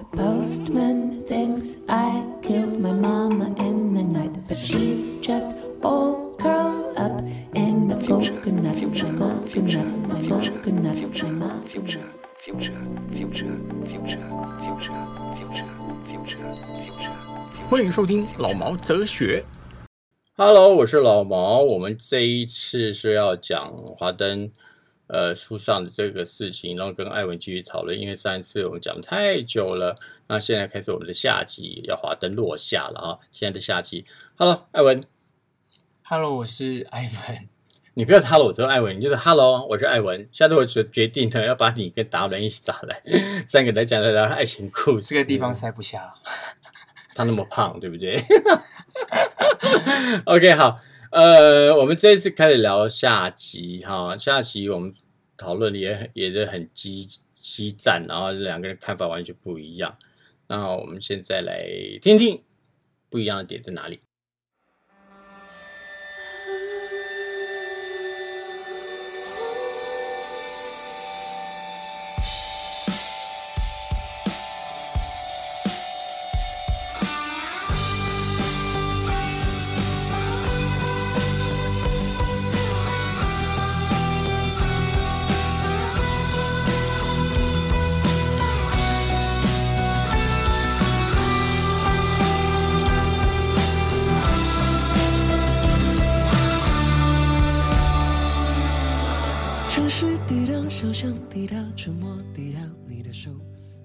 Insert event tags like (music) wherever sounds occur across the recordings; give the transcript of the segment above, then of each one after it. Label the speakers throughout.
Speaker 1: The postman thinks I killed my mama in the night, but she's just all curled up in a coconut, a coconut, a coconut, a coconut.
Speaker 2: future, future, future, future, future, future, future.
Speaker 3: 欢迎收听老毛哲学。
Speaker 4: Hello，我是老毛。我们这一次是要讲华灯呃书上的这个事情，然后跟艾文继续讨论，因为上一次我们讲得太久了。那现在开始我们的夏季要华灯落下了哈，现在的夏季。Hello，艾文，
Speaker 3: Hello，我是艾文。
Speaker 4: 你不要打了我，这个艾文，你就是 Hello，我是艾文。下次我决决定呢，要把你跟达伦一起打来，三个来讲聊聊爱情故事。
Speaker 3: 这个地方塞不下，
Speaker 4: 他那么胖，对不对 (laughs) ？OK，好，呃，我们这一次开始聊下集哈，下集我们讨论也也是很激激战，然后两个人看法完全不一样。那我们现在来听听不一样的点在哪里。
Speaker 5: 城市滴答，小巷滴答，沉默滴答，你的手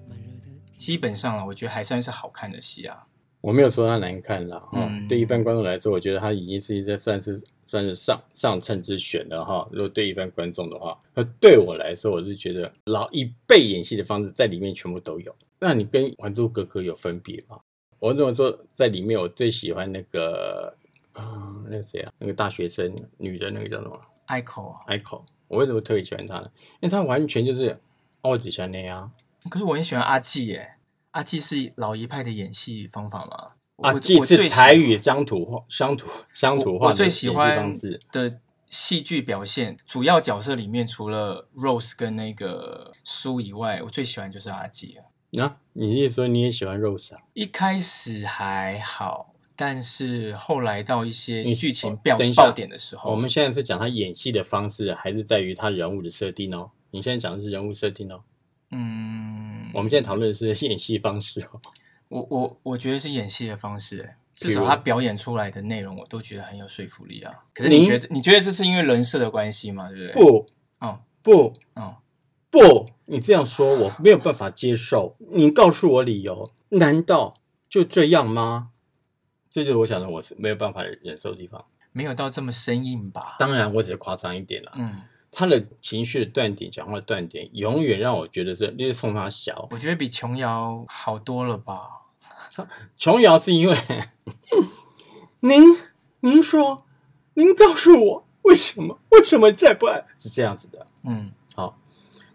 Speaker 5: 慢热的。
Speaker 3: 基本上啊，我觉得还算是好看的戏啊。
Speaker 4: 我没有说它难看啦，哈、
Speaker 3: 嗯
Speaker 4: 对一般观众来说，我觉得它已经是一在算是算是上上乘之选了哈。如果对一般观众的话，那对我来说，我是觉得老一辈演戏的方式在里面全部都有。那你跟《还珠格格》有分别吗？我怎么说，在里面我最喜欢那个，啊，那个谁啊，那个大学生女的那个叫什么
Speaker 3: 艾口啊，
Speaker 4: ？Echo。我为什么特别喜欢她呢？因为她完全就是，哦，我只喜欢那样。
Speaker 3: 可是我很喜欢阿纪耶。阿纪是老一派的演戏方法嘛？我
Speaker 4: 啊，既
Speaker 3: 我最
Speaker 4: 是
Speaker 3: 喜
Speaker 4: 台语乡土话、乡土乡土
Speaker 3: 我
Speaker 4: 话
Speaker 3: 我
Speaker 4: 的
Speaker 3: 最
Speaker 4: 演
Speaker 3: 喜
Speaker 4: 戏
Speaker 3: 欢
Speaker 4: 方式。
Speaker 3: 的戏剧表现，主要角色里面除了 Rose 跟那个苏以外，我最喜欢就是阿纪了。
Speaker 4: 那、啊你意思说你也喜欢 Rose 啊？
Speaker 3: 一开始还好，但是后来到一些
Speaker 4: 你哦
Speaker 3: 剧情爆
Speaker 4: 等一下
Speaker 3: 爆点的时候，
Speaker 4: 我们现在是讲他演戏的方式，还是在于他人物的设定哦？你现在讲的是人物设定哦，
Speaker 3: 嗯，
Speaker 4: 我们现在讨论的是演戏方式哦。
Speaker 3: 我我我觉得是演戏的方式、欸，至
Speaker 4: 比
Speaker 3: 少
Speaker 4: 如
Speaker 3: 他表演出来的内容，我都觉得很有说服力啊。可是
Speaker 4: 您
Speaker 3: 你觉得你觉得这是因为人设的关系嘛？对不对？，
Speaker 4: 不
Speaker 3: 哦
Speaker 4: 不
Speaker 3: 哦，
Speaker 4: 不，你这样说我没有办法接受。你告诉我理由，难道就这样吗？这就是我想的，我是没有办法忍受的地方。
Speaker 3: 没有到这么生硬吧？
Speaker 4: 当然，我只是夸张一点啦。
Speaker 3: 嗯，
Speaker 4: 他的情绪的断点、讲话的断点，永远让我觉得是那是冲他小。
Speaker 3: 我觉得比琼瑶好多了吧？
Speaker 4: 琼瑶是因为 (laughs) 您，您说，您告诉我为什么？为什么再不爱？是这样子的。
Speaker 3: 嗯，
Speaker 4: 好，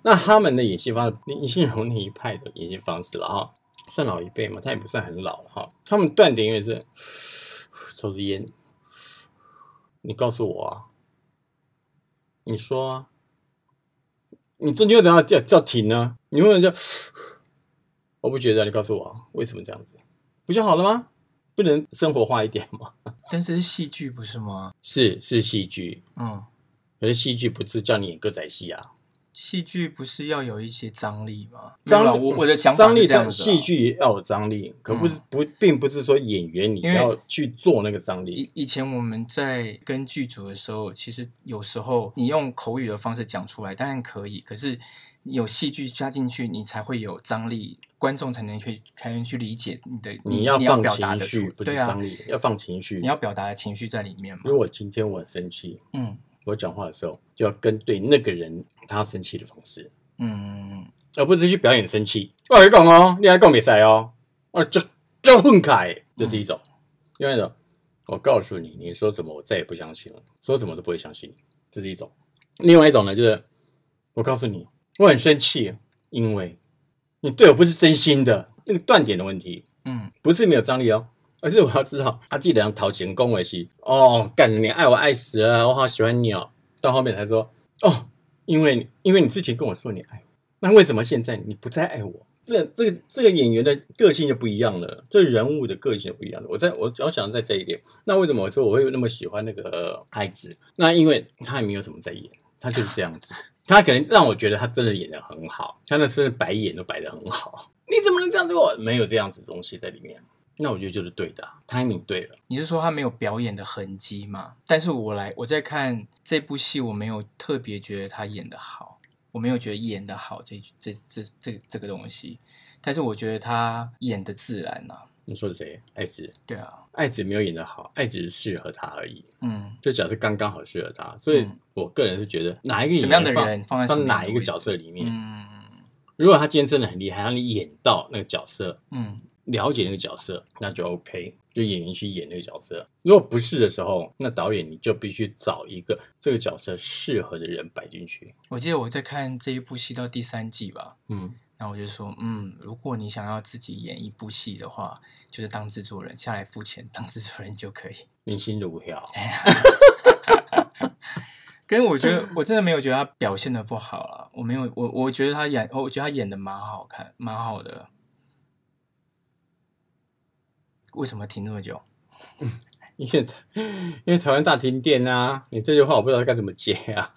Speaker 4: 那他们的演戏方式，林心如那一派的演戏方式了哈，算老一辈嘛，他也不算很老了哈。他们断点因为是 (sighs) 抽着烟，你告诉我啊，你说啊，你中间为什么要叫停呢？你为什么叫？ (sighs) 我不觉得啊，你告诉我啊为什么这样子，不就好了吗？不能生活化一点吗？
Speaker 3: 但这是戏剧不是吗？
Speaker 4: 是是戏剧，
Speaker 3: 嗯，
Speaker 4: 可是戏剧不是叫你演歌仔戏啊。
Speaker 3: 戏剧不是要有一些张力吗？
Speaker 4: 张
Speaker 3: 没
Speaker 4: 力
Speaker 3: 有啦我我的想法
Speaker 4: 张
Speaker 3: 是
Speaker 4: 力
Speaker 3: 这样
Speaker 4: 在
Speaker 3: 子啊、嗯
Speaker 4: 戏剧也要有张力，可不是、不，并不是说演员你
Speaker 3: 因为
Speaker 4: 要去做那个张力。
Speaker 3: 以以前我们在跟剧组的时候，其实有时候你用口语的方式讲出来，当然可以，可是有戏剧加进去，你才会有张力，观众才能去才能去理解你的
Speaker 4: 你要
Speaker 3: 要你要
Speaker 4: 放
Speaker 3: 表达
Speaker 4: 情
Speaker 3: 的
Speaker 4: 绪，
Speaker 3: 出
Speaker 4: 不是
Speaker 3: 对啊
Speaker 4: 张，力，要放情绪
Speaker 3: 你。要表达的情绪在里面嘛。
Speaker 4: 如果今天我很生气，
Speaker 3: 嗯
Speaker 4: 我讲话的时候就要跟对那个人他生气的方式，
Speaker 3: 嗯，
Speaker 4: 而不是去表演生气。我跟你讲哦，你还讲比赛哦，啊，这这混开，这是一种；另外一种，我告诉你，你说什么我再也不相信了，说什么都不会相信你，这是一种；另外一种呢，就是我告诉你，我很生气，因为你对我不是真心的，那个断点的问题，
Speaker 3: 嗯，
Speaker 4: 不是没有张力哦，而是我要知道阿纪良讨钱恭维是哦，干你爱我爱死了，我好喜欢你哦。到后面才说哦，因为你因为你之前跟我说你爱我，那为什么现在你不再爱我？这这个这个演员的个性就不一样了，这人物的个性就不一样了。我在我我想在这一点，那为什么我说我会那么喜欢那个爱子？那因为他也没有怎么在演，他就是这样子。 (laughs) 他可能让我觉得他真的演的很好，他那真的白眼都白的很好。你怎么能这样对我？没有这样子的东西在里面，那我觉得就是对的、啊、，timing 对了。
Speaker 3: 你是说他没有表演的痕迹吗？但是我来我在看这部戏，我没有特别觉得他演的好，我没有觉得演的好这这这这这个东西，但是我觉得他演的自然啊，
Speaker 4: 你说谁？爱子，
Speaker 3: 对啊，
Speaker 4: 爱子没有演的好，爱子适合他而已。
Speaker 3: 嗯，
Speaker 4: 这角色刚刚好适合他，所以
Speaker 3: 嗯
Speaker 4: 我个人是觉得哪一个演员
Speaker 3: 什么样的人
Speaker 4: 放
Speaker 3: 放在什么样的
Speaker 4: 哪一个角色里面，
Speaker 3: 嗯
Speaker 4: 如果他今天真的很厉害，他能演到那个角色，
Speaker 3: 嗯，
Speaker 4: 了解那个角色，那就 OK，就演员去演那个角色。如果不是的时候，那导演你就必须找一个这个角色适合的人摆进去。
Speaker 3: 我记得我在看这一部戏到第三季吧，
Speaker 4: 嗯，
Speaker 3: 然后我就说，嗯，如果你想要自己演一部戏的话，就是当制作人下来付钱当制作人就可以。
Speaker 4: 明星如票，
Speaker 3: 跟我觉得我真的没有觉得他表现的不好啦，我没有我我觉得他演哦我觉得他演的蛮好看，蛮好的。为什么停那么久？
Speaker 4: 因为因为台湾大停电啊，你这句话我不知道该怎么接啊，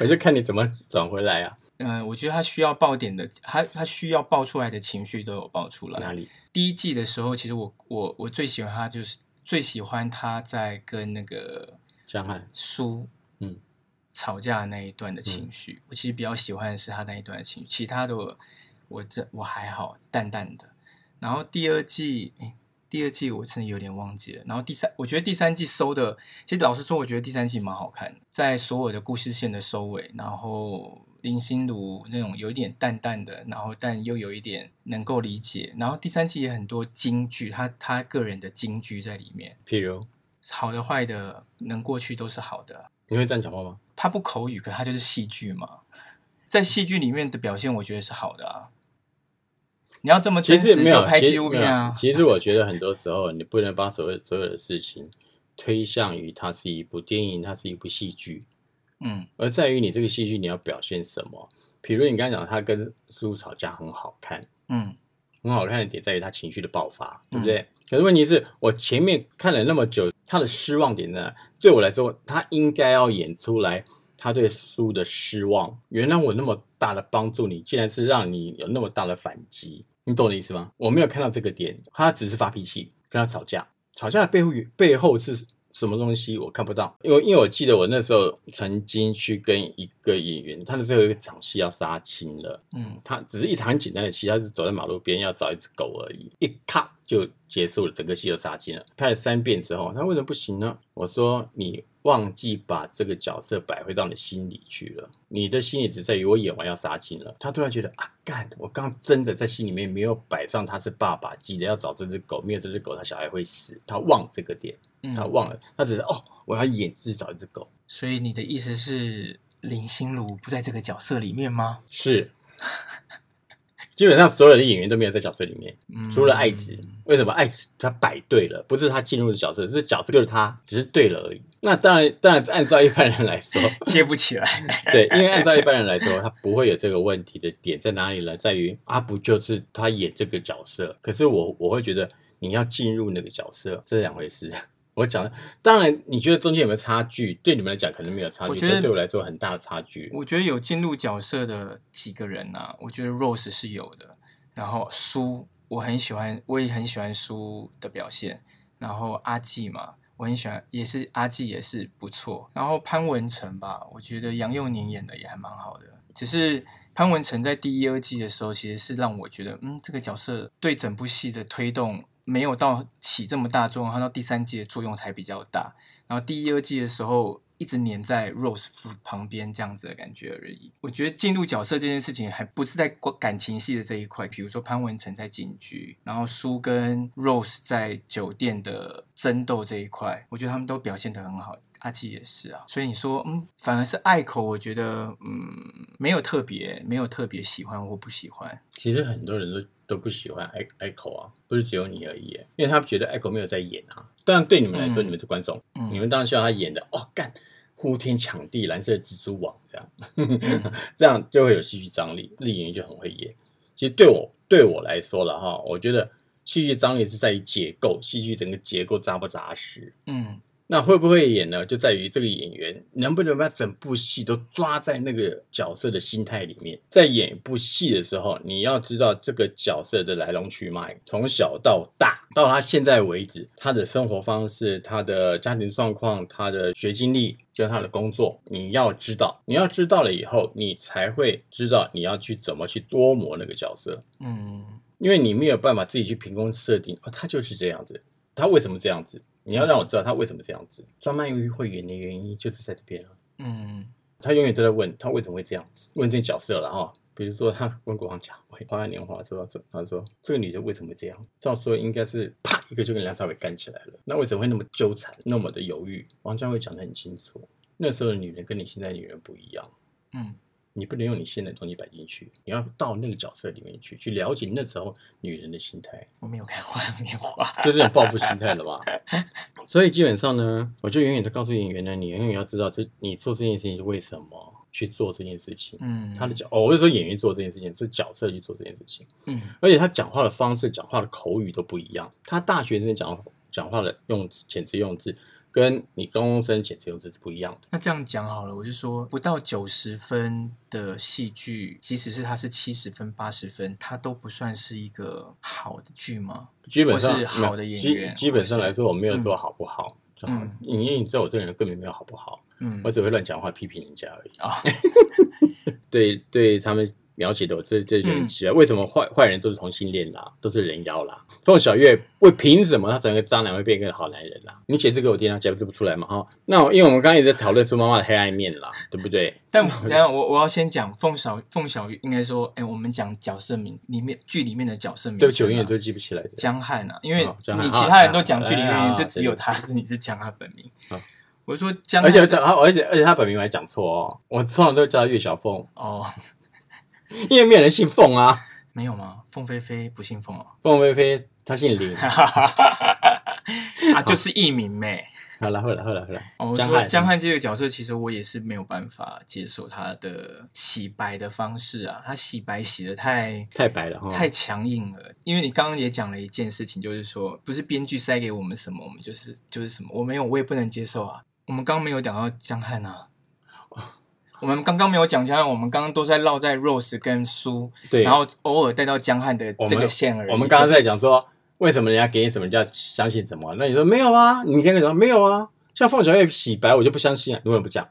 Speaker 4: 我就看你怎么转回来啊，
Speaker 3: 嗯、我觉得他需要爆点的，他他需要爆出来的情绪都有爆出来。
Speaker 4: 哪里？
Speaker 3: 第一季的时候，其实我我我最喜欢他就是最喜欢他在跟那个
Speaker 4: 江汉，
Speaker 3: 书
Speaker 4: 嗯
Speaker 3: 吵架的那一段的情绪，我其实比较喜欢的是他那一段的情绪，其他的我我这我还好，淡淡的。然后第二季，诶第二季我真的有点忘记了。然后第三，我觉得第三季收的，其实老实说，我觉得第三季蛮好看的，在所有的故事线的收尾，然后林心如那种有一点淡淡的，然后但又有一点能够理解。然后第三季也很多金句，他他个人的金句在里面，
Speaker 4: 譬如
Speaker 3: 好的坏的能过去都是好的啊。
Speaker 4: 你会这样讲话吗？
Speaker 3: 他不口语，可他就是戏剧嘛，在戏剧里面的表现，我觉得是好的啊。你要这么
Speaker 4: 其
Speaker 3: 真
Speaker 4: 实
Speaker 3: 实，
Speaker 4: 没有
Speaker 3: 就拍
Speaker 4: 其实
Speaker 3: 纪录
Speaker 4: 没
Speaker 3: 片
Speaker 4: 有
Speaker 3: 啊。
Speaker 4: 其实我觉得很多时候你不能把所有所有的事情推向于它是一部电影，它是一部戏剧，
Speaker 3: 嗯
Speaker 4: 而在于你这个戏剧你要表现什么。比如你刚才讲他跟苏吵架很好看，
Speaker 3: 嗯
Speaker 4: 很好看的点在于他情绪的爆发，对不
Speaker 3: 嗯
Speaker 4: 对？可是问题是我前面看了那么久，他的失望点在哪？对我来说，他应该要演出来他对苏的失望。原来我那么大的帮助你，竟然是让你有那么大的反击，你懂我的意思吗？我没有看到这个点，他只是发脾气跟他吵架，吵架的背后背后是什么东西我看不到，因为因为我记得我那时候曾经去跟一个演员，他那时候有一场戏要杀青了，
Speaker 3: 嗯
Speaker 4: 他只是一场很简单的戏，他是走在马路边要找一只狗而已，一咔就结束了，整个戏就杀青了。拍了三遍之后，他为什么不行呢？我说你忘记把这个角色摆回到你心里去了，你的心里只在于我演完要杀青了。他突然觉得啊，干，我刚刚真的在心里面没有摆上他是爸爸，记得要找这只狗，没有这只狗他小孩会死，他忘这个点，他
Speaker 3: 嗯，
Speaker 4: 忘了，他只是哦，我要演是找一只狗，
Speaker 3: 所以你的意思是林心如不在这个角色里面吗？
Speaker 4: 是。 (laughs) 基本上所有的演员都没有在角色里面，
Speaker 3: 嗯，
Speaker 4: 除了爱子，为什么爱子他摆对了？不是他进入的角色，是角色就是他，只是对了而已。那当然，当然按照一般人来
Speaker 3: (laughs)
Speaker 4: 说，
Speaker 3: 接不起来。
Speaker 4: 对，因为按照一般人来说，他不会有这个问题的点在哪里呢？在于啊，不就是他演这个角色？可是我我会觉得你要进入那个角色，这是两回事。 (laughs) 我讲的，当然你觉得中间有没有差距？对你们来讲可能没有差距，
Speaker 3: 我觉
Speaker 4: 可
Speaker 3: 得
Speaker 4: 是对我来说很大的差距。
Speaker 3: 我觉得有进入角色的几个人啊，我觉得 Rose 是有的，然后苏我很喜欢，我也很喜欢苏的表现，然后阿纪嘛，我很喜欢，也是阿纪也是不错，然后潘文成吧，我觉得杨佑宁演的也还蛮好的，只是。潘文成在第一、二季的时候，其实是让我觉得，嗯，这个角色对整部戏的推动没有到起这么大作用，它到第三季的作用才比较大。然后第一、二季的时候，一直黏在 Rose 旁边这样子的感觉而已。我觉得进入角色这件事情，还不是在感情戏的这一块，比如说潘文成在警局，然后苏跟 Rose 在酒店的争斗这一块，我觉得他们都表现得很好。阿纪也是啊，所以你说，嗯，反而是爱口，我觉得，嗯，没有特别，没有特别喜欢或不喜欢。
Speaker 4: 其实很多人都都不喜欢 Echo 啊，不是只有你而已耶，因为他们觉得 Echo 没有在演啊。当然，对你们来说，
Speaker 3: 嗯
Speaker 4: 你们是观众，
Speaker 3: 嗯
Speaker 4: 你们当然希望他演的哦，干呼天抢地，蓝色蜘蛛网这样， (laughs) 这样就会有戏剧张力。丽颖就很会演。其实对我对我来说了哈，我觉得戏剧张力是在于结构，戏剧整个结构扎不扎实。
Speaker 3: 嗯
Speaker 4: 那会不会演呢？就在于这个演员能不能把整部戏都抓在那个角色的心态里面。在演一部戏的时候，你要知道这个角色的来龙去脉，从小到大，到他现在为止，他的生活方式、他的家庭状况、他的学经历，跟他的工作，你要知道。你要知道了以后，你才会知道你要去怎么去多磨那个角色。
Speaker 3: 嗯
Speaker 4: 因为你没有办法自己去凭空设定，哦，他就是这样子，他为什么这样子？你要让我知道他为什么这样子。张曼玉会演的原因就是在这边啊，
Speaker 3: 嗯
Speaker 4: 他永远都在问他为什么会这样子，问这角色了哈、比如说他问国王贾慧《花样年华》说，他说他说这个女的为什么会这样？照说应该是啪一个就跟梁朝伟干起来了，那为什么会那么纠缠，那么的犹豫？王家卫讲得很清楚，那时候的女人跟你现在的女人不一样。
Speaker 3: 嗯
Speaker 4: 你不能用你现在的东西摆进去，你要到那个角色里面去，去了解那时候女人的心态。
Speaker 3: 我没有看《花样年华》。
Speaker 4: 就是这种报复心态了吧？所以基本上呢，我就永远的告诉演员呢，你永远要知道这你做这件事情是为什么去做这件事情。
Speaker 3: 嗯，
Speaker 4: 他的角，哦，我是说演员做这件事情，是角色去做这件事情，
Speaker 3: 嗯
Speaker 4: 而且他讲话的方式、讲话的口语都不一样。他大学生讲讲话的用词、遣词用字，跟你高中生遣词用字是不一样的。
Speaker 3: 那这样讲好了，我就说不到九十分的戏剧，即使是它是七十分、八十分，它都不算是一个好的剧吗？
Speaker 4: 基本上
Speaker 3: 或是好的演员
Speaker 4: 基基本上
Speaker 3: 或是
Speaker 4: 来说，我没有说好不好，就好
Speaker 3: 嗯
Speaker 4: 因为你知道我这个人根本没有好不好，
Speaker 3: 嗯
Speaker 4: 我只会乱讲话批评人家而已。
Speaker 3: 啊，
Speaker 4: 对对他们描写的我这这些
Speaker 3: 嗯
Speaker 4: 人奇怪，为什么坏坏人都是同性恋啦，都是人妖啦？凤小岳为凭什么他整个渣男会变一个好男人啦？你写这个我听他解释不出来嘛哈、那我因为我们刚刚也在讨论苏妈妈的黑暗面啦，对不对？
Speaker 3: 但我等一下我我要先讲凤小凤小应该说，哎、我们讲角色名里面剧里面的角色名称啊、
Speaker 4: 对不起，我永远都记不起来的。
Speaker 3: 江汉啊，因为
Speaker 4: 哦江汉
Speaker 3: 你其他人都讲
Speaker 4: 啊
Speaker 3: 剧里
Speaker 4: 哎呀
Speaker 3: 面，就只有
Speaker 4: 对
Speaker 3: 他是你是江汉本名
Speaker 4: 啊。
Speaker 3: 我说江
Speaker 4: 而
Speaker 3: 汉
Speaker 4: 且
Speaker 3: 在，
Speaker 4: 他，而且而且他本名我还讲错哦，我通常都叫他岳小凤，
Speaker 3: 哦，
Speaker 4: 因为没有人姓凤啊。
Speaker 3: 没有吗？凤飞飞不姓凤哦， (laughs)
Speaker 4: 凤飞飞她姓林，
Speaker 3: 啊，就是艺名呗。
Speaker 4: 好了，后来后来后来
Speaker 3: 哦，，我
Speaker 4: 江
Speaker 3: 说
Speaker 4: 汉
Speaker 3: 江汉这个角色，其实我也是没有办法接受他的洗白的方式啊，他洗白洗的太
Speaker 4: 太白了哈，
Speaker 3: 太强硬了。因为你刚刚也讲了一件事情，就是说不是编剧塞给我们什么，我们就是就是什么，我没有，我也不能接受啊。我们刚刚没有讲到江汉啊。
Speaker 4: 哦
Speaker 3: 我们刚刚没有讲江汉，我们刚刚都在绕在 Rose 跟苏，
Speaker 4: 对，
Speaker 3: 然后偶尔带到江汉的
Speaker 4: 我
Speaker 3: 这
Speaker 4: 们
Speaker 3: 个线而已。
Speaker 4: 我们刚刚在讲说，为什么人家给你什么，你就要相信什么？那你说没有啊？你跟他讲没有啊？像凤小岳洗白，我就不相信啊！你为什么不讲？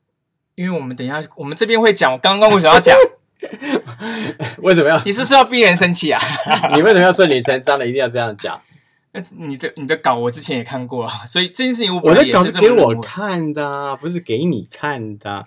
Speaker 4: (laughs)
Speaker 3: 因为我们等一下，我们这边会讲，我刚刚为什么要讲？
Speaker 4: (laughs) 为什么
Speaker 3: (laughs)
Speaker 4: 要
Speaker 3: 你是不是要逼人生气啊？
Speaker 4: 你为什么要顺理成章的一定要这样讲？
Speaker 3: 那你的你的稿我之前也看过啊，所以这件事情我
Speaker 4: 我
Speaker 3: 本来
Speaker 4: 的
Speaker 3: 也
Speaker 4: 稿
Speaker 3: 是
Speaker 4: 是
Speaker 3: 这
Speaker 4: 给
Speaker 3: 么
Speaker 4: 我
Speaker 3: 认为，
Speaker 4: 看的啊，不是给你看的啊。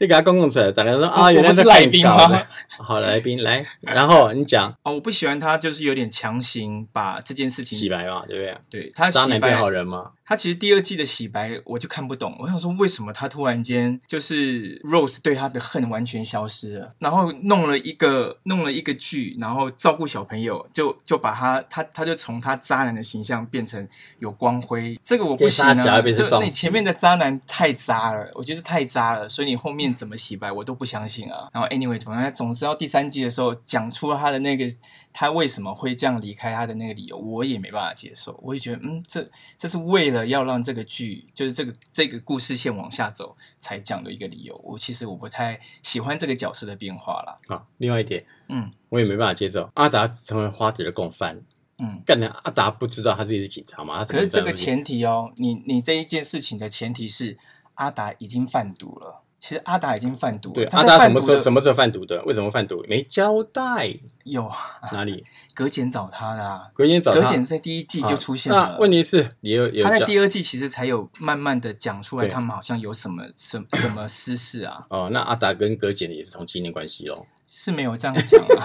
Speaker 4: 你给他公共出来，大家说啊，
Speaker 3: 我
Speaker 4: 原来
Speaker 3: 不是
Speaker 4: 看
Speaker 3: 来宾
Speaker 4: 稿的
Speaker 3: 吗。
Speaker 4: 好，来宾来，然后你讲
Speaker 3: 哦，我不喜欢他，就是有点强行把这件事情
Speaker 4: 洗，白嘛，对不对？
Speaker 3: 对他
Speaker 4: 渣
Speaker 3: 洗
Speaker 4: 男变
Speaker 3: 白
Speaker 4: 好人嘛，
Speaker 3: 他其实第二季的洗白我就看不懂，我想说为什么他突然间就是 Rose 对他的恨完全消失了，然后弄了一个弄了一个剧，然后照顾小朋友，就就把他他他就从他渣男的形象变成有光辉，这个我不行
Speaker 4: 就杀小
Speaker 3: 啊！
Speaker 4: 孩变成
Speaker 3: 就
Speaker 4: 壮
Speaker 3: 你
Speaker 4: 士
Speaker 3: 前面的渣男太渣了，我觉得是太渣了，所以你后面怎么洗白我都不相信啊。然后 anyway，总之总之到第三季的时候讲出他的那个他为什么会这样离开他的那个理由，我也没办法接受。我也觉得，嗯，这这是为了要让这个剧，就是这个这个故事线往下走才讲的一个理由。我其实我不太喜欢这个角色的变化啦。
Speaker 4: 好，另外一点，
Speaker 3: 嗯
Speaker 4: 我也没办法接受阿达成为花子的共犯。
Speaker 3: 嗯。
Speaker 4: 干的阿达不知道他自己是警察嘛？他怎
Speaker 3: 可
Speaker 4: 么
Speaker 3: 是
Speaker 4: 知道
Speaker 3: 这个
Speaker 4: 自己
Speaker 3: 前提哦，你你这一件事情的前提是阿达已经贩毒了，其实阿达已经贩毒了，
Speaker 4: 对，啊
Speaker 3: 他
Speaker 4: 阿
Speaker 3: 在
Speaker 4: 达
Speaker 3: 贩
Speaker 4: 怎么
Speaker 3: 毒的
Speaker 4: 时候怎么时候贩毒的？为什么贩毒？没交代
Speaker 3: 有
Speaker 4: 哪里？
Speaker 3: 葛简找他啦、
Speaker 4: 葛简找
Speaker 3: 葛
Speaker 4: 他
Speaker 3: 简在第一季
Speaker 4: 啊
Speaker 3: 就出现了。
Speaker 4: 那问题是也有也有
Speaker 3: 他在
Speaker 4: 讲
Speaker 3: 第二季其实才有慢慢的讲出来，
Speaker 4: 对
Speaker 3: 他们好像有什么什么 (coughs) 什么私事啊，
Speaker 4: 哦，那阿达跟葛简也是同性恋关系喽，
Speaker 3: 是没有这样讲啊，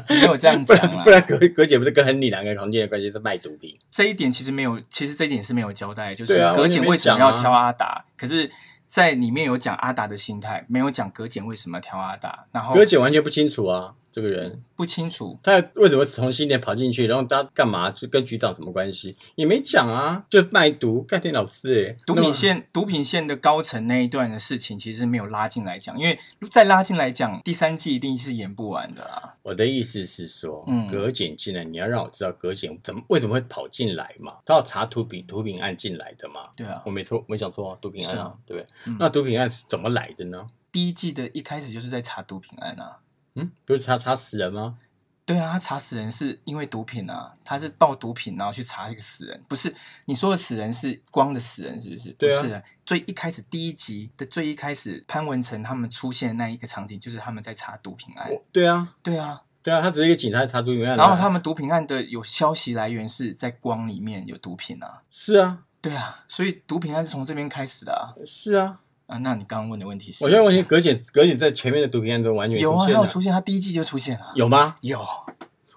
Speaker 4: (laughs)
Speaker 3: 没有这样
Speaker 4: 不
Speaker 3: 讲
Speaker 4: 然
Speaker 3: 啊
Speaker 4: 不。然葛葛简不是跟亨利两个人同性恋关系是卖毒品？
Speaker 3: 这一点其实没有，其实这一点是没有交代，就是
Speaker 4: 对啊
Speaker 3: 葛简为什么
Speaker 4: 我也
Speaker 3: 要
Speaker 4: 没
Speaker 3: 挑
Speaker 4: 讲
Speaker 3: 阿达，可是。在里面有讲阿达的心态，没有讲葛简为什么挑阿达，然后
Speaker 4: 葛简完全不清楚啊，这个人
Speaker 3: 不清楚，
Speaker 4: 他为什么同性恋跑进去，然后他干嘛？就跟局长什么关系？也没讲啊，就卖毒，盖天老师哎、欸，
Speaker 3: 毒品线毒品线的高层那一段的事情，其实没有拉进来讲，因为再拉进来讲，第三季一定是演不完的啊啦。
Speaker 4: 我的意思是说，
Speaker 3: 嗯
Speaker 4: 葛简进来，你要让我知道葛简怎么为什么会跑进来嘛？他要查毒品毒品案进来的嘛？
Speaker 3: 对啊
Speaker 4: 我，没错，没讲错啊，毒品案
Speaker 3: 是
Speaker 4: 啊，
Speaker 3: 啊
Speaker 4: 对不对？
Speaker 3: 嗯
Speaker 4: 那毒品案是怎么来的呢？
Speaker 3: 第一季的一开始就是在查毒品案啊。
Speaker 4: 嗯，不是查查死人吗？
Speaker 3: 对啊，他查死人是因为毒品啊，他是爆毒品然后去查这个死人，不是你说的死人是光的死人是不是？
Speaker 4: 对啊
Speaker 3: 不是，最一开始第一集的最一开始，潘文成他们出现的那一个场景，就是他们在查毒品案。
Speaker 4: 我对啊，
Speaker 3: 对啊，
Speaker 4: 对啊，他只是一个警察查毒品案啊，
Speaker 3: 哎然后他们毒品案的有消息来源是在光里面有毒品啊。
Speaker 4: 是啊，
Speaker 3: 对啊，所以毒品案是从这边开始的啊。
Speaker 4: 是啊。
Speaker 3: 啊，那你刚刚问的问题是？
Speaker 4: 我现在问题，葛简葛简在前面的毒品案中完全没
Speaker 3: 有啊，
Speaker 4: 现
Speaker 3: 他
Speaker 4: 啊
Speaker 3: 有出现，他第一季就出现了。啊
Speaker 4: 有吗？
Speaker 3: 有，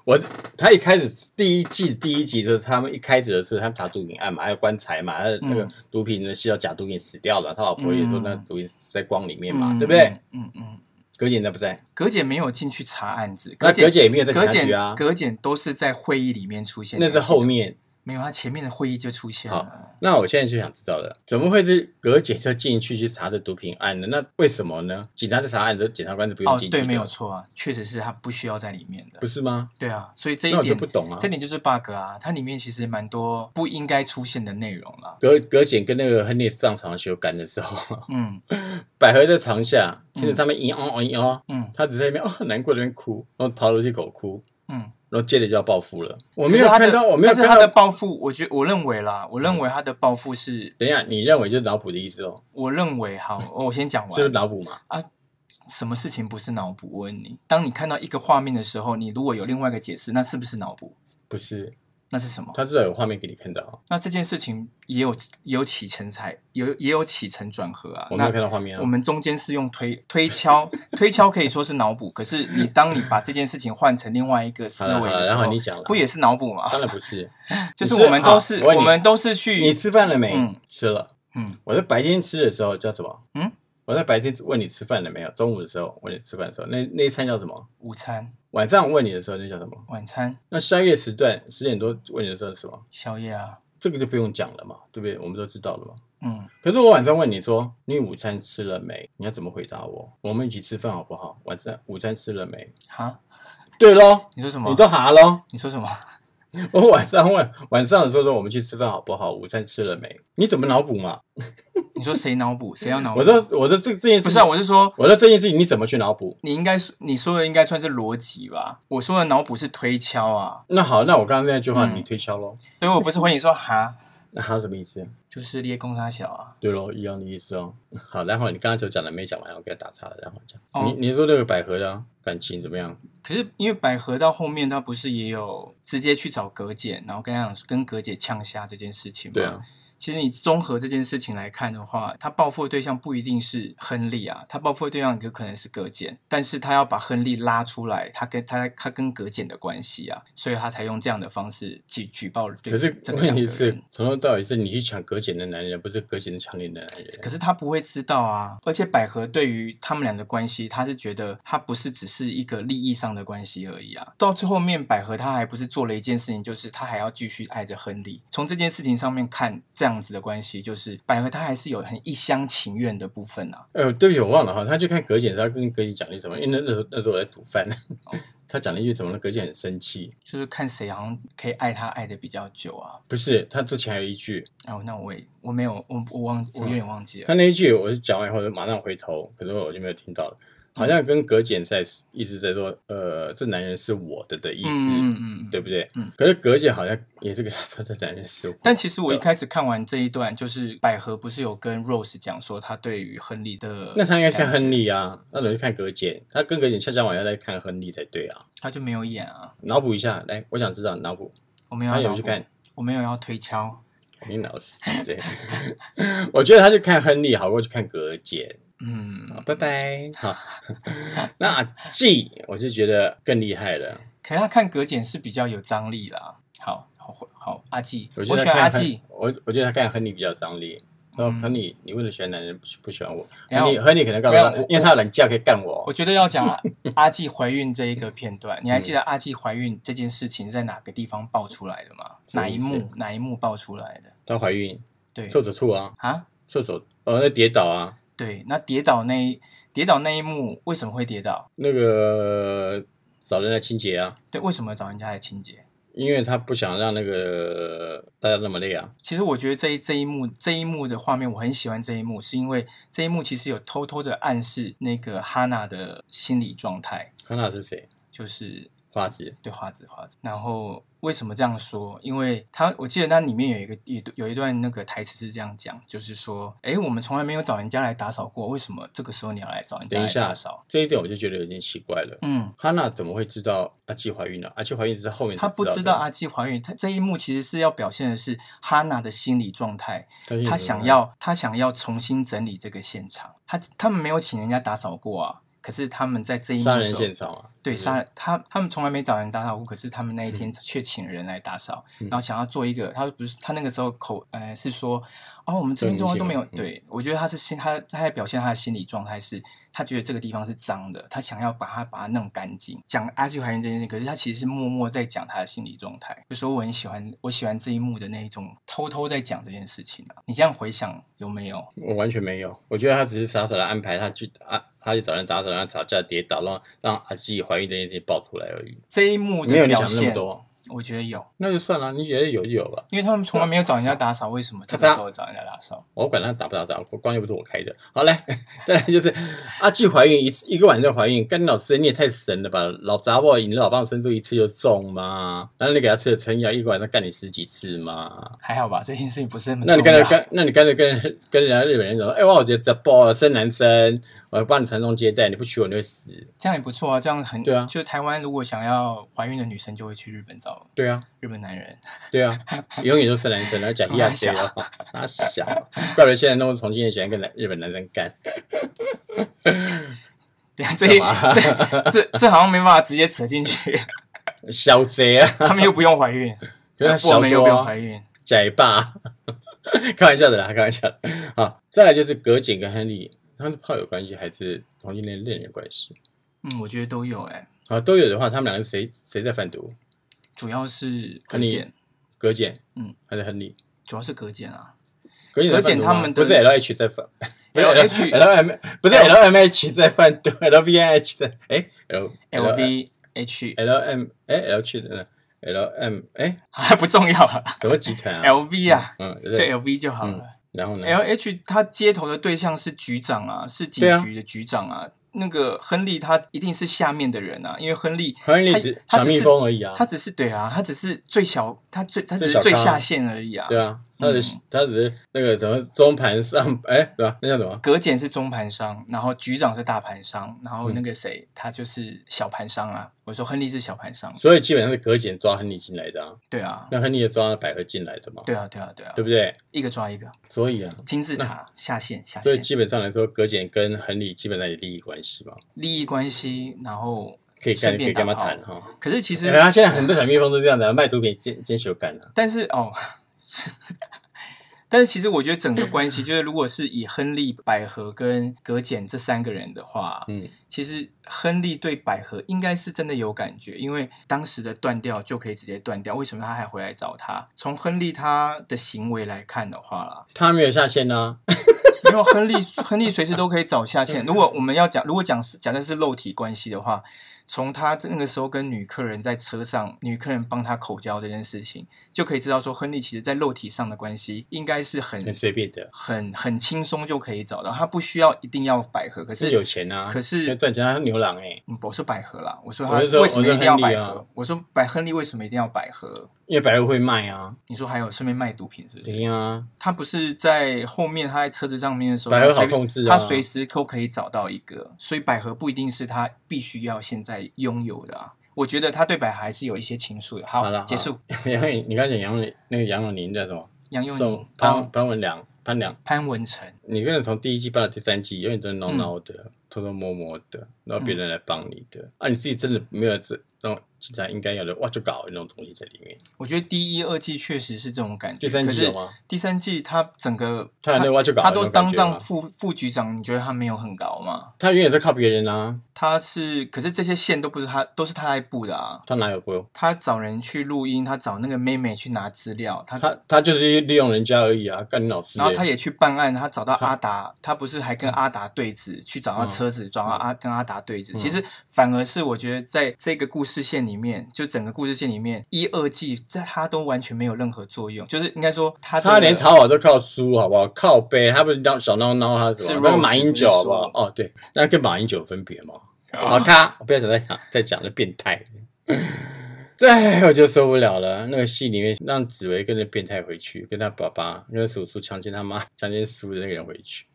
Speaker 4: 我他一开始第一季第一集就是他们一开始的是他们查毒品案嘛，还有棺材嘛，还有那个
Speaker 3: 嗯
Speaker 4: 毒品呢吸到假毒品死掉了，他老婆也说
Speaker 3: 嗯
Speaker 4: 那毒品在光里面嘛，
Speaker 3: 嗯
Speaker 4: 对不对？？
Speaker 3: 嗯嗯嗯。
Speaker 4: 葛姐在不在？
Speaker 3: 葛姐没有进去查案子，
Speaker 4: 那
Speaker 3: 姐
Speaker 4: 葛姐也没有在
Speaker 3: 葛
Speaker 4: 警察
Speaker 3: 姐
Speaker 4: 局啊，
Speaker 3: 葛姐都是在会议里面出现的，
Speaker 4: 那是后面。
Speaker 3: 没有，她前面的会议就出现了。哦
Speaker 4: 那我现在就想知道了，怎么会是葛姐就进去去查的毒品案呢？那为什么呢？警察在查案的时候，检察官是不用
Speaker 3: 哦
Speaker 4: 进，去的，
Speaker 3: 对，没有错啊，确实是她不需要在里面的
Speaker 4: 不。是吗？
Speaker 3: 对啊，所以这
Speaker 4: 那
Speaker 3: 一
Speaker 4: 我就
Speaker 3: 点
Speaker 4: 不懂啊
Speaker 3: 这点就是 bug 啊，它里面其实蛮多不应该出现的内容啦。
Speaker 4: 葛葛姐跟那个亨利上床修改的时候， (laughs)
Speaker 3: 嗯
Speaker 4: 百合在床下听着他们嘤哦嘤哦，
Speaker 3: 嗯
Speaker 4: 他只在那边哦很难过在那边哭，然后跑楼梯口哭，
Speaker 3: 嗯，
Speaker 4: 然后接着就要报复了。我
Speaker 3: 我
Speaker 4: 没有看到，我没有
Speaker 3: 但
Speaker 4: 看
Speaker 3: 是他的
Speaker 4: 到。嗯
Speaker 3: 报复，我觉我认为啦，我认为他的报复是，
Speaker 4: 等一下，你认为就是脑补的意思哦？
Speaker 3: 我认为
Speaker 4: (laughs)
Speaker 3: 好，我先讲
Speaker 4: 就是
Speaker 3: 完。
Speaker 4: 脑补嘛？
Speaker 3: 什么事情不是脑补？我问你，当你看到一个画面的时候，你如果有另外一个解释，那是不是脑补？
Speaker 4: 不是，
Speaker 3: 那是什么？
Speaker 4: 他至少有画面给你看到，
Speaker 3: 那这件事情也有也有起承才有也有起承转合啊。
Speaker 4: 我没有看
Speaker 3: 那
Speaker 4: 到画面
Speaker 3: 我
Speaker 4: 啊。
Speaker 3: 们中间是用推推敲，推敲可以说是脑补，可是你当你把这件事情换成另外一个思
Speaker 4: 好了
Speaker 3: 维
Speaker 4: 好
Speaker 3: 的
Speaker 4: 了
Speaker 3: 时
Speaker 4: 呃然
Speaker 3: 候，
Speaker 4: 后你讲了
Speaker 3: 不也是脑补吗？
Speaker 4: 当然不是，
Speaker 3: 就是
Speaker 4: 你是
Speaker 3: 我们都是
Speaker 4: 好我问你
Speaker 3: 我们都是 (laughs) 去
Speaker 4: 你吃饭了没？
Speaker 3: 嗯
Speaker 4: 吃了。
Speaker 3: 嗯
Speaker 4: 我在白天吃的时候叫什么？
Speaker 3: 嗯，
Speaker 4: 我在白天问你吃饭了没有？中午的时候问你吃饭的时候，那那一餐叫什么？
Speaker 3: 午餐、
Speaker 4: 晚上问你的时候那叫什么？
Speaker 3: 晚餐、
Speaker 4: 那宵夜时段十点多问你的时候是什么？
Speaker 3: 宵夜啊，
Speaker 4: 这个就不用讲了嘛，对不对？我们都知道了嘛。
Speaker 3: 嗯，
Speaker 4: 可是我晚上问你说你午餐吃了没？你要怎么回答我？我们一起吃饭好不好？晚上午餐吃了没？
Speaker 3: 哈，
Speaker 4: 对喽，
Speaker 3: 你说什么？
Speaker 4: 你都哈喽。
Speaker 3: 你说什么？
Speaker 4: (laughs) 我晚上问晚上的时候说我们去吃饭好不好？午餐吃了没？你怎么脑补嘛？
Speaker 3: 你说谁脑补？谁要脑补？
Speaker 4: 我说我说这这件事
Speaker 3: 哦不是啊，我是说
Speaker 4: 我说这件事情你怎么去脑补？
Speaker 3: 你应该说你说的应该算是逻辑吧？我说的脑补是推敲啊，
Speaker 4: 那好，那我刚刚那句话
Speaker 3: 嗯
Speaker 4: 你推敲喽。
Speaker 3: 所以我不是回你说哈，
Speaker 4: 那还有什么意思？
Speaker 3: 就是列公差小啊。
Speaker 4: 对喽，一样的意思哦。好，然后你刚刚就讲了没讲完，我给他打岔了，然后讲。
Speaker 3: 哦
Speaker 4: 你你说那个百合的啊感情怎么样？
Speaker 3: 可是因为百合到后面，她不是也有直接去找葛姐，然后跟她讲跟葛姐呛虾这件事情吗？
Speaker 4: 对啊，
Speaker 3: 其实你综合这件事情来看的话，他报复的对象不一定是亨利啊，他报复的对象有可能是葛简，但是他要把亨利拉出来，他跟他他跟葛简的关系啊，所以他才用这样的方式去举报了对
Speaker 4: 可是
Speaker 3: 这
Speaker 4: 问
Speaker 3: 两个
Speaker 4: 题是
Speaker 3: 人，。
Speaker 4: 从头到尾是你去抢葛简的男人，不是葛简抢你的男人。
Speaker 3: 可是他不会知道啊，而且百合对于他们俩的关系，他是觉得他不是只是一个利益上的关系而已啊。到最后面，百合她还不是做了一件事情，就是她还要继续爱着亨利。从这件事情上面看，这样子的关系就是百合她还是有很一厢情愿的部分啊。
Speaker 4: 呃，对不起，我忘了哈，他去看葛简，他跟葛简讲了一什么？因为那那时候那时候我在煮饭，
Speaker 3: 哦
Speaker 4: (laughs) 他讲了一句怎么了？葛简很生气，
Speaker 3: 就是看谁好像可以爱他爱的比较久啊。
Speaker 4: 不是他之前还有一句，
Speaker 3: 哦，那我也我没有，我我忘，我有点忘记
Speaker 4: 他
Speaker 3: 了。嗯
Speaker 4: 那一句我是讲完以后就马上回头，可是我就没有听到了。好像跟葛简在一直在说，呃，这男人是我的的意思，
Speaker 3: 嗯嗯嗯嗯
Speaker 4: 对不对？
Speaker 3: 嗯
Speaker 4: 可是葛简好像也是跟他说，这男人是我。
Speaker 3: 但其实我一
Speaker 4: 对吧啊
Speaker 3: 开始看完这一段，就是百合不是有跟 Rose 讲说她对于亨利的，
Speaker 4: 那他应该看亨，利啊，那等于看葛简，他跟葛简恰恰晚要来看亨利才对啊。
Speaker 3: 他就没有演啊。
Speaker 4: 脑补一下，来，我想知道脑补，
Speaker 3: 我没有
Speaker 4: 他
Speaker 3: 要
Speaker 4: 有
Speaker 3: 脑
Speaker 4: 去
Speaker 3: 补
Speaker 4: 看，
Speaker 3: 我没有要推敲。
Speaker 4: 你脑死对。 (laughs) 我觉得他去看亨利好过去看葛简。
Speaker 3: 嗯，
Speaker 4: 好，拜拜。好， (laughs) 那 G 我就觉得更厉害了。
Speaker 3: 可是他看葛简是比较有张力啦。好，好，好，阿纪，
Speaker 4: 我
Speaker 3: 我
Speaker 4: 觉得
Speaker 3: 喜
Speaker 4: 他
Speaker 3: 欢阿
Speaker 4: 看亨
Speaker 3: 纪。，
Speaker 4: 我我觉得他看亨利比较有张力。然后
Speaker 3: 嗯
Speaker 4: 亨利，你为了喜欢男人不不喜欢我，
Speaker 3: 等一下
Speaker 4: 亨利亨利可能干
Speaker 3: 不
Speaker 4: 嘛
Speaker 3: 要我？
Speaker 4: 因为他有懒觉可以干我
Speaker 3: 我。觉得要讲啊阿纪怀孕这一个片段，你还
Speaker 4: 嗯
Speaker 3: 记得阿纪怀孕这件事情在哪个地方爆出来的吗？
Speaker 4: 什么
Speaker 3: 哪
Speaker 4: 意
Speaker 3: 一
Speaker 4: 思
Speaker 3: 幕？哪一幕爆出来的？
Speaker 4: 她怀孕，
Speaker 3: 对
Speaker 4: 厕所吐啊，
Speaker 3: 啊，
Speaker 4: 厕所呃那跌倒啊，
Speaker 3: 对，那跌倒那一跌倒那一幕为什么会跌倒？
Speaker 4: 那个呃找人来清洁啊，
Speaker 3: 对，为什么要找人家来清洁？
Speaker 4: 因为他不想让那个大家那么累啊。
Speaker 3: 其实我觉得这一这一幕这一幕的画面，我很喜欢这一幕，是因为这一幕其实有偷偷的暗示那个哈娜的心理状态，
Speaker 4: 亨娜是谁？
Speaker 3: 就是
Speaker 4: 花子。
Speaker 3: 对花子花子。然后为什么这样说？因为他我记得那里面有一个有有一段那个台词是这样讲，就是说，哎，我们从来没有找人家来打扫过，为什么这个时候你要来找人家
Speaker 4: 等一
Speaker 3: 来
Speaker 4: 下
Speaker 3: 打扫？，
Speaker 4: 这一点我就觉得有点奇怪了。
Speaker 3: 嗯，
Speaker 4: 哈娜怎么会知道阿纪怀孕了？阿纪怀孕是后面
Speaker 3: 他
Speaker 4: 才
Speaker 3: 不
Speaker 4: 知
Speaker 3: 知
Speaker 4: 道
Speaker 3: 道啊
Speaker 4: 的
Speaker 3: 阿基怀孕，他这一幕其实是要表现的是哈娜的心理状态，他想，要他想要重新整理这个现场，他他们没有请人家打扫过啊，可是他们在这一幕
Speaker 4: 杀
Speaker 3: 的
Speaker 4: 人
Speaker 3: 时候
Speaker 4: 现场啊，
Speaker 3: 对
Speaker 4: 不
Speaker 3: 杀人他他们从来没找人打扫过，可是他们那一
Speaker 4: 嗯
Speaker 3: 天却请人来打扫，然后想要做一个，他不是他那个时候口呃是说哦我们这边
Speaker 4: 对
Speaker 3: 状况都
Speaker 4: 你
Speaker 3: 没
Speaker 4: 信
Speaker 3: 有
Speaker 4: 吗，嗯
Speaker 3: 对我觉得他是心他他在表现他的心理状态是，他觉得这个地方是脏的，他想要把它把它弄干净。讲阿基怀孕这件事，可是他其实是默默在讲他的心理状态，就说我很喜欢我喜欢这一幕的那一种偷偷在讲这件事情啊。你这样回想有没有？
Speaker 4: 我完全没有，我觉得他只是傻傻的安排他去啊，他去找人打扫，然后吵架跌倒，让让阿纪怀孕这件事情爆出来而已，
Speaker 3: 这一幕
Speaker 4: 没有
Speaker 3: 的
Speaker 4: 你
Speaker 3: 表
Speaker 4: 想那么
Speaker 3: 现，
Speaker 4: 多，
Speaker 3: 我觉得有。
Speaker 4: 那就算了，你觉得有就有吧，
Speaker 3: 因为他们从来没有找人家打扫，为什么这个时候找人家打扫？
Speaker 4: 我管他打不打扫，我光又不是我开的。好来， (laughs) 再来就是阿纪怀孕一次一个晚上怀孕，干你老师你也太神了吧，老杂货你老棒生出一次就中嘛，然后你给他吃了撑药，一个晚上干你十几次嘛，
Speaker 3: 还好吧，这件事情不是很重
Speaker 4: 那
Speaker 3: 要。
Speaker 4: 你干脆跟，那你干脆跟跟人家日本人讲说，哎、我我觉得这爆生男生，我帮你传宗接代，你不娶我你会死。
Speaker 3: 这样也不错啊，这样很
Speaker 4: 对啊
Speaker 3: 就台湾如果想要怀孕的女生，就会去日本找
Speaker 4: 对啊，
Speaker 3: 日本男人。 (laughs)
Speaker 4: 对啊，永远都是男生，然后讲一亚 (laughs) 谁啊，傻小，怪不得现在那么重庆人喜欢跟男日本男生干。
Speaker 3: 对，啊这
Speaker 4: 干
Speaker 3: 一
Speaker 4: 嘛
Speaker 3: 这这这好像没办法直接扯进去，
Speaker 4: 小贼啊，
Speaker 3: 他们又不用怀孕，
Speaker 4: (laughs) 可是
Speaker 3: (laughs)
Speaker 4: 他
Speaker 3: 我
Speaker 4: 小
Speaker 3: 们又不
Speaker 4: 多
Speaker 3: 用
Speaker 4: 啊
Speaker 3: 怀，孕。
Speaker 4: 假爸， (laughs) 开玩笑的啦，开玩笑的。好，再来就是葛景跟亨利，他们是炮友关系还是同性恋恋人关系？
Speaker 3: 嗯，我觉得都有哎、
Speaker 4: 啊，都有的话，他们两个谁谁在贩毒？
Speaker 3: 主要是葛
Speaker 4: 亨利
Speaker 3: 简，、
Speaker 4: 葛简，
Speaker 3: 嗯，
Speaker 4: 还是亨利？
Speaker 3: 主要是葛简啊。
Speaker 4: 葛简在
Speaker 3: 葛
Speaker 4: 贩
Speaker 3: 简
Speaker 4: 毒吗
Speaker 3: 他们的
Speaker 4: 不是 L H 在贩，不是
Speaker 3: LH
Speaker 4: L M 不是 L M H 在贩毒，L V I H 在哎 L
Speaker 3: L V H (laughs)
Speaker 4: L M 哎 L 去的 L M 哎
Speaker 3: 还啊不重要了
Speaker 4: (laughs) 什么集团啊
Speaker 3: ，L V 啊，
Speaker 4: 嗯
Speaker 3: 就
Speaker 4: 对，嗯
Speaker 3: L V 就好了。
Speaker 4: 然后呢
Speaker 3: L H 他接头的对象是局长啊，是警局的局长啊。那个亨利他一定是下面的人啊，因为亨利
Speaker 4: 亨利
Speaker 3: 他
Speaker 4: 只
Speaker 3: 他
Speaker 4: 小
Speaker 3: 只
Speaker 4: 蜜
Speaker 3: 是
Speaker 4: 蜂而已啊
Speaker 3: 他只是对啊，他只是最小，他最他只
Speaker 4: 最小
Speaker 3: 是最
Speaker 4: 咖
Speaker 3: 下线而已啊。
Speaker 4: 对啊，他只是他只是那个什么中盘上 (laughs) 哎对吧？那叫什么？
Speaker 3: 葛简是中盘商，然后局长是大盘
Speaker 4: 嗯
Speaker 3: 商，然后那个谁、他就是小盘商啊。我说亨利是小盘商，
Speaker 4: 所以基本上是葛简抓亨利进来的啊，
Speaker 3: 对啊，
Speaker 4: 那亨利也抓百合进来的嘛，
Speaker 3: 对啊，对啊，对啊，
Speaker 4: 对不对？
Speaker 3: 一个抓一个，
Speaker 4: 所以啊，
Speaker 3: 金字塔下线下
Speaker 4: 所以
Speaker 3: 线，
Speaker 4: 基本上来说，葛简跟亨利基本上有利益关系嘛，
Speaker 3: 利益关系，然后
Speaker 4: 可以干
Speaker 3: 顺
Speaker 4: 可
Speaker 3: 便
Speaker 4: 以干嘛
Speaker 3: 打炮
Speaker 4: 谈哎哈？
Speaker 3: 可是其实
Speaker 4: 然后现在很多小蜜蜂都这样的，卖毒品兼兼修干啊。
Speaker 3: 但是哦， (laughs) 但是其实我觉得整个关系，就是如果是以亨利、百合跟葛简这三个人的话，
Speaker 4: 嗯，
Speaker 3: 其实亨利对百合应该是真的有感觉，因为当时的断掉就可以直接断掉，为什么他还回来找他？从亨利他的行为来看的话啦，
Speaker 4: (laughs) 他没有下线啊，
Speaker 3: 因
Speaker 4: (laughs)
Speaker 3: 为亨利亨利随时都可以找下线。如果我们要讲，如果讲是假设是肉体关系的话，从他那个时候跟女客人在车上，女客人帮他口交这件事情，就可以知道说，亨利其实在肉体上的关系应该是很
Speaker 4: 很随便的，
Speaker 3: 很很轻松就可以找到，他不需要一定要百合，可
Speaker 4: 是
Speaker 3: 是
Speaker 4: 有钱啊，
Speaker 3: 可是
Speaker 4: 要赚钱啊，他牛郎哎、
Speaker 3: 嗯我说百合啦，我说他
Speaker 4: 我是说
Speaker 3: 为什么一定要百
Speaker 4: 我说亨利
Speaker 3: 合
Speaker 4: 啊？
Speaker 3: 我说百亨利为什么一定要百合？
Speaker 4: 因为百合会卖啊，
Speaker 3: 你说还有顺便卖毒品是不是？
Speaker 4: 对呀、 (laughs) 啊，
Speaker 3: 他不是在后面他在车子上面的时候，
Speaker 4: 百合好
Speaker 3: 他随
Speaker 4: 控制啊
Speaker 3: 他随时都可以找到一个，所以百合不一定是他必须要现在拥有的啊。我觉得他对百合还是有一些情愫的。好，
Speaker 4: 好了好
Speaker 3: 结束。
Speaker 4: 杨永你刚才讲杨永那个杨永宁叫什么？
Speaker 3: 杨佑
Speaker 4: 宋
Speaker 3: 宁、
Speaker 4: 潘
Speaker 3: 潘
Speaker 4: 潘文良潘良，
Speaker 3: 潘文成，
Speaker 4: 你跟人从第一季办到第三季，永远都是挠挠
Speaker 3: 嗯
Speaker 4: 的、偷偷摸摸的，然后别人来帮你的，啊，你自己真的没有这那种警察应该有的哇就搞那种东西在里面。
Speaker 3: 我觉得第一、二季确实是这种感觉。
Speaker 4: 第三季
Speaker 3: 可是
Speaker 4: 有吗
Speaker 3: 第三季他整个
Speaker 4: 他有那个挖掘稿
Speaker 3: 他
Speaker 4: 的那
Speaker 3: 都
Speaker 4: 种感
Speaker 3: 当
Speaker 4: 觉吗
Speaker 3: 上副副局长，你觉得他没有很高吗？
Speaker 4: 他永远在靠别人啊，
Speaker 3: 他是，可是这些线都不是他，都是他在布的啊。
Speaker 4: 他哪有不？
Speaker 3: 他找人去录音，他找那个妹妹去拿资料，他
Speaker 4: 他他就是利用人家而已啊，干你老师、欸。
Speaker 3: 然后他也去办案，他找到阿达，他不是还
Speaker 4: 嗯
Speaker 3: 跟阿达对峙，去找到车子，找到阿跟阿达对
Speaker 4: 嗯
Speaker 3: 峙。其实反而是我觉得在这个故事线里面，就整个故事线里面，一二季在他都完全没有任何作用，就是应该说他
Speaker 4: 他连
Speaker 3: 逃
Speaker 4: 讨好都靠输，好不好？靠背，他不是闹小闹闹，他什么？
Speaker 3: 是
Speaker 4: 那个马
Speaker 3: Rose，
Speaker 4: 英九，好不好？
Speaker 3: 不
Speaker 4: 哦，对，那跟马英九有分别吗？
Speaker 3: 哦
Speaker 4: 好，他我不要讲，再讲，再讲，那变态。 (laughs) 对，我就受不了了。那个戏里面让紫薇跟着变态回去，跟他爸爸、跟叔叔强奸他妈、强奸叔的那个人回去。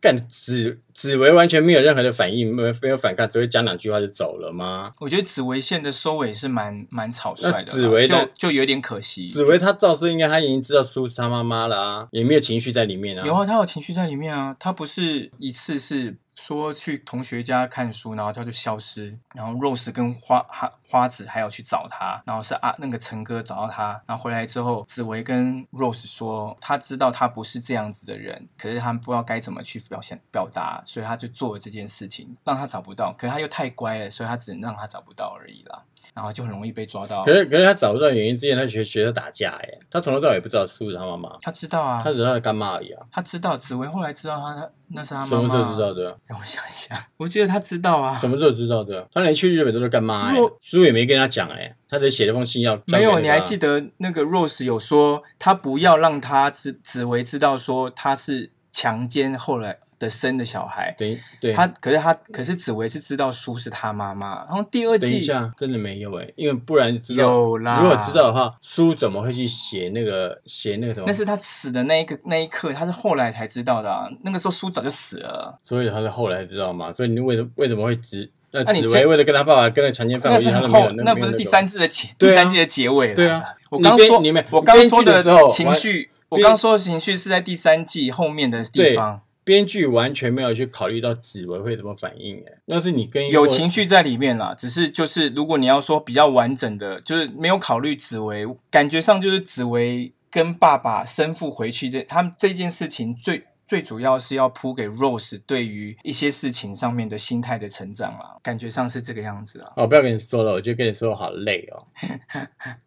Speaker 4: 干紫紫薇完全没有任何的反应，没有没有反抗，只会讲两句话就走了吗？
Speaker 3: 我觉得紫薇线的收尾是蛮蛮草率的啦，
Speaker 4: 那呃紫薇
Speaker 3: 就
Speaker 4: 的
Speaker 3: 就有点可惜。
Speaker 4: 紫薇她倒是应该，她已经知道叔是她妈妈了啊，也没有情绪在里面啊。
Speaker 3: 有啊，他有情绪在里面啊。他不是一次是说去同学家看书，然后他就消失，然后 Rose 跟花花花子还有去找他，然后是啊那个陈哥找到他，然后回来之后，紫薇跟 Rose 说，他知道他不是这样子的人，可是他们不知道该怎么去表现表达，所以他就做了这件事情，让他找不到。可是他又太乖了，所以他只能让他找不到而已啦。然后就很容易被抓到
Speaker 4: 可。是可是他找不到原因之前，他学学他打架哎、他从头到尾不知道叔是他妈妈，
Speaker 3: 他知道啊
Speaker 4: 他，只知道他干妈而已啊。
Speaker 3: 他知道紫薇后来知道他他那是他
Speaker 4: 什
Speaker 3: 妈
Speaker 4: 么
Speaker 3: 妈
Speaker 4: 时
Speaker 3: 啊。
Speaker 4: 候知道的？
Speaker 3: 让我想一下，我觉得他知道啊
Speaker 4: 什。么时候知道的？他连去日本都是干妈哎
Speaker 3: 若，
Speaker 4: 叔也没跟他讲哎、他只写了封信要交给
Speaker 3: 没有，
Speaker 4: 他
Speaker 3: 你还记得那个 Rose 有说，他不要让他知紫薇知道说他是强奸后来的生的小孩。
Speaker 4: 等一对，
Speaker 3: 他可是他可是紫薇是知道叔是他妈妈，然后第二
Speaker 4: 等一
Speaker 3: 季
Speaker 4: 下哦真的没有哎、因为不然知道
Speaker 3: 有啦
Speaker 4: 如果知道的话，叔怎么会去写那个写那个什么？
Speaker 3: 那是他死的那一个那一刻，他是后来才知道的、啊。那个时候叔早就死了，
Speaker 4: 所以他是后来知道嘛？所以你为什为什么会知？那
Speaker 3: 那你
Speaker 4: 紫
Speaker 3: 先
Speaker 4: 薇为了跟他爸爸跟着强奸犯
Speaker 3: 那
Speaker 4: 回
Speaker 3: 是
Speaker 4: 去，他都
Speaker 3: 很
Speaker 4: 没
Speaker 3: 后
Speaker 4: 有，
Speaker 3: 那不是第三
Speaker 4: 次
Speaker 3: 季的结、
Speaker 4: 对
Speaker 3: 第
Speaker 4: 啊
Speaker 3: 三季的结尾了。
Speaker 4: 对啊
Speaker 3: 我
Speaker 4: 你
Speaker 3: 刚
Speaker 4: 编
Speaker 3: 说
Speaker 4: 你们
Speaker 3: 我刚
Speaker 4: 编剧
Speaker 3: 说
Speaker 4: 的时候
Speaker 3: 情
Speaker 4: 完
Speaker 3: 绪，我
Speaker 4: 编
Speaker 3: 刚说的情绪是在第三季后面的地
Speaker 4: 对
Speaker 3: 方。
Speaker 4: 编剧完全没有去考虑到紫薇会怎么反应哎、要是你跟一个
Speaker 3: 有情绪在里面啦，只是就是如果你要说比较完整的，就是没有考虑紫薇，感觉上就是紫薇跟爸爸生父回去这他们这件事情最。最主要是要铺给 Rose 对于一些事情上面的心态的成长啦，感觉上是这个样子啊，
Speaker 4: 哦，不要跟你说了，我就跟你说我好累哦。 (laughs)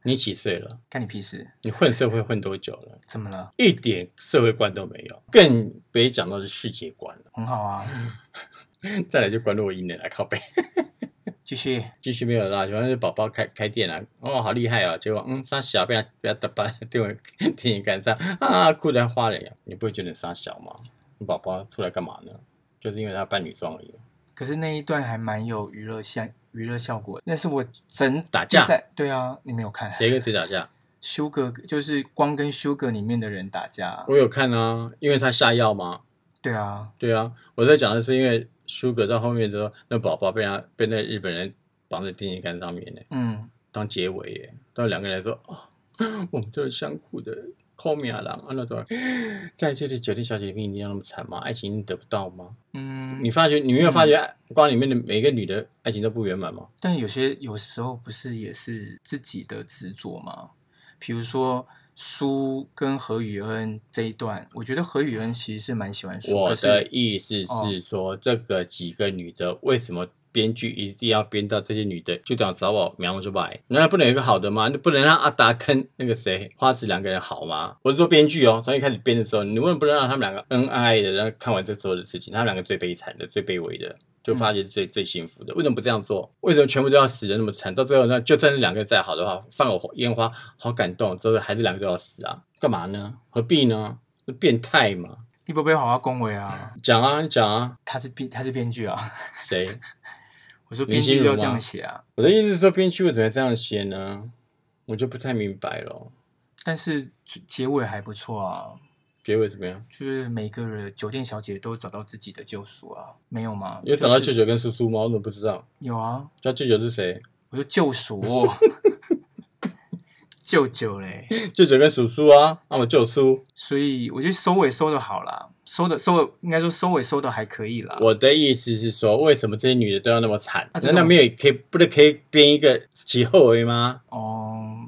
Speaker 4: 你几岁了？
Speaker 3: 干你屁事？
Speaker 4: 你混社会混多久了？
Speaker 3: 怎么了？
Speaker 4: 一点社会观都没有，更别讲到是世界观了。 (laughs)
Speaker 3: 很好啊，
Speaker 4: 再来就关落音了，来靠背， (laughs)
Speaker 3: 继续。
Speaker 4: 继续没有啦。反正是宝宝开开店啊，哦，好厉害哦。结果嗯，傻小被他 (laughs) 被他打败，对我挺你干仗啊，哭得花脸呀。你不会觉得你傻小吗？你宝宝出来干嘛呢？就是因为他扮女装而已。
Speaker 3: 可是那一段还蛮有娱乐效娱乐效果，那是我整
Speaker 4: 打架
Speaker 3: 第三对啊，你没有看
Speaker 4: 谁跟谁打架？
Speaker 3: Sugar 就是光跟 Sugar 里面的人打架啊，
Speaker 4: 我有看啊，因为他下药嘛。
Speaker 3: 对啊，
Speaker 4: 对啊，我在讲的是因为舒格到后面之后，那宝宝被他被那日本人绑在电线杆上面呢，
Speaker 3: 嗯，
Speaker 4: 当结尾耶。到两个人说：“哦，我们都是相互的，扣米亚郎啊，那段在这里酒店小姐里面一定要那么惨吗？爱情你得不到吗？
Speaker 3: 嗯，
Speaker 4: 你发觉你没有发觉爱光里面的每个女的爱情都不圆满吗？
Speaker 3: 但有些有时候不是也是自己的执着吗？比如说苏跟何雨恩这一段，我觉得何雨恩其实是蛮喜欢苏，
Speaker 4: 我
Speaker 3: 可
Speaker 4: 的
Speaker 3: 是哦
Speaker 4: 意思是说，这个几个女的为什么？”编剧一定要编到这些女的，就这样找我苗就白，难道不能有一个好的吗？那不能让阿达跟那个谁花子两个人好吗？我是说编剧哦，从一开始编的时候，你为什么不能让他们两个恩爱的，然后看完这所有的事情，他们两个最悲惨的、最卑微的，就
Speaker 3: 嗯
Speaker 4: 发觉是最、最幸福的。为什么不这样做？为什么全部都要死的那么惨？到最后呢，就算是两个再好的话，放我烟花，好感动，最后还是两个都要死啊？干嘛呢？何必呢？变态嘛！
Speaker 3: 你不被好好恭维啊？
Speaker 4: 讲啊，你讲啊，
Speaker 3: 他是编他是编剧啊，
Speaker 4: 谁？
Speaker 3: 我说
Speaker 4: 林
Speaker 3: 编
Speaker 4: 心
Speaker 3: 剧
Speaker 4: 如
Speaker 3: 要
Speaker 4: 吗
Speaker 3: 这样写啊，
Speaker 4: 我的意思是说，编剧为什么要这样写呢？我就不太明白了。
Speaker 3: 但是结尾还不错啊。
Speaker 4: 结尾怎么样？
Speaker 3: 就是每个人酒店小姐都找到自己的救赎啊，没有吗？
Speaker 4: 有找到
Speaker 3: 就
Speaker 4: 舅
Speaker 3: 是
Speaker 4: 舅跟苏苏吗？我怎么不知道？
Speaker 3: 有啊，
Speaker 4: 知道舅舅是谁？
Speaker 3: 我说救赎， (laughs) 舅舅嘞，
Speaker 4: 舅舅跟叔叔啊，那么舅叔。
Speaker 3: 所以我觉得收尾收的好啦，收的收的应该说收尾收的还可以啦。
Speaker 4: 我的意思是说，为什么这些女的都要那么惨？
Speaker 3: 啊啊这
Speaker 4: 难
Speaker 3: 种
Speaker 4: 道没有可以不是可以编一个其后为吗？
Speaker 3: 哦，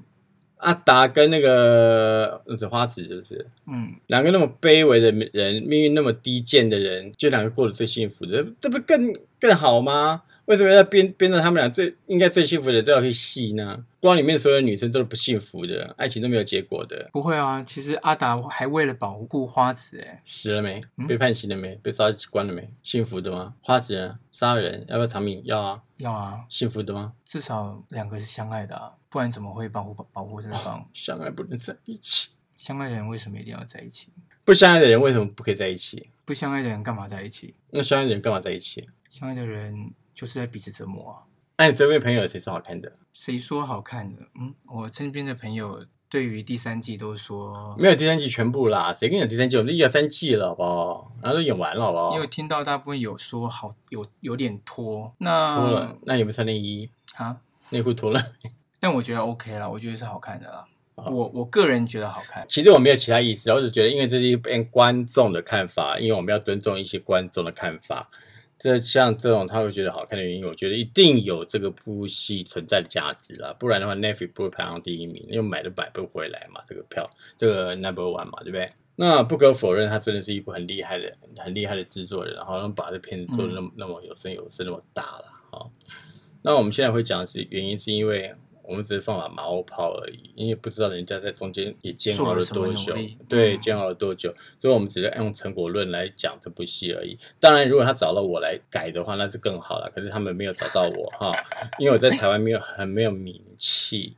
Speaker 4: 阿达跟那个呃花子就是
Speaker 3: 嗯，
Speaker 4: 两个那么卑微的人，命运那么低贱的人，就两个过得最幸福的，这不更更好吗？为什么要编编到他们俩最应该最幸福的都要去戏呢？光里面所有女生都是不幸福的，爱情都没有结果的，
Speaker 3: 不会啊，其实阿达还为了保护花子、欸，
Speaker 4: 死了没
Speaker 3: 嗯？
Speaker 4: 被判刑了没？被抓关了没？幸福的吗？花子呢杀人要不要偿命？要啊，
Speaker 3: 要啊，
Speaker 4: 幸福的吗？
Speaker 3: 至少两个是相爱的、啊，不然怎么会保护保护对方？
Speaker 4: 相爱不能在一起。
Speaker 3: 相爱的人为什么一定要在一起？
Speaker 4: 不相爱的人为什么不可以在一起？
Speaker 3: 不相爱的人干嘛在一起？
Speaker 4: 那相爱的人干嘛在一起？
Speaker 3: 相爱的人就是在彼此折磨啊。
Speaker 4: 那你周边朋友有谁是好看的？
Speaker 3: 谁说好看的？嗯，我身边的朋友对于第三季都说，
Speaker 4: 没有第三季全部啦，谁跟你有第三季？我们一二三季了，好不好？然后都演完了，好不好？
Speaker 3: 因为听到大部分有说好有有点拖，
Speaker 4: 脱
Speaker 3: 那
Speaker 4: 了，那有没有穿内衣？
Speaker 3: 啊，
Speaker 4: 内裤脱了。
Speaker 3: 但我觉得 OK 啦，我觉得是好看的啦。我我个人觉得好看，
Speaker 4: 其实我没有其他意思，我只觉得因为这是一边观众的看法，因为我们要尊重一些观众的看法。这像这种他会觉得好看的原因，我觉得一定有这个部戏存在的价值啦，不然的话 n e t f l i 不会排上第一名，因为买都买不回来嘛，这个票这个 number one 嘛，对不对？那不可否认，他真的是一部很厉害的、很厉害的制作人，然后把这片子做的那么、那么有声有色，那么大了哈、哦那我们现在会讲的是原因，是因为我们只是放马马后炮而已，因为不知道人家在中间也煎熬
Speaker 3: 做了什么
Speaker 4: 多久
Speaker 3: 努力，
Speaker 4: 对，
Speaker 3: 嗯
Speaker 4: 煎熬了多久，所以我们只是用成果论来讲这部戏而已。当然，如果他找到我来改的话，那就更好了。可是他们没有找到我哈，因为我在台湾没有很没有名气，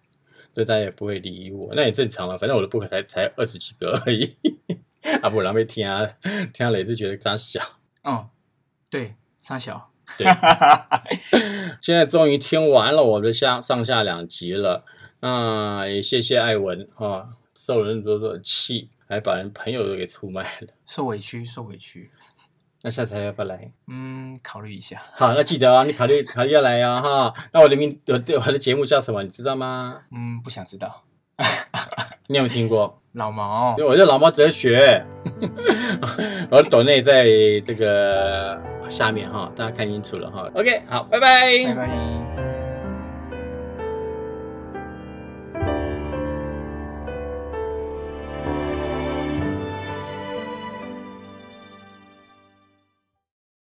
Speaker 4: 所以大家也不会理我，那也正常了。反正我的 book 才才二十几个而已， (laughs) 啊不，然后被听啊听啊，雷就觉得他小。
Speaker 3: 嗯，对，沙小，
Speaker 4: 对， (clears throat) 现在终于听完了我的下上下两集了，那、也谢谢艾文啊、受了那么多的气，还把人朋友都给出卖了。 (laughs)
Speaker 3: 受委屈，受委屈，
Speaker 4: 那下次还要不要来？
Speaker 3: 嗯，考虑一下。
Speaker 4: 好，那记得啊，你考虑考虑要来啊哈。那我的名我的我的节目叫什么？你知道吗？
Speaker 3: 嗯，不想知道。 (laughs)
Speaker 4: 你有没有听过？
Speaker 3: 老毛
Speaker 4: 因为我叫老猫哲学， (laughs) 我的抖内在这个下面哈，大家看清楚了哈。OK，好，拜拜
Speaker 3: 拜拜。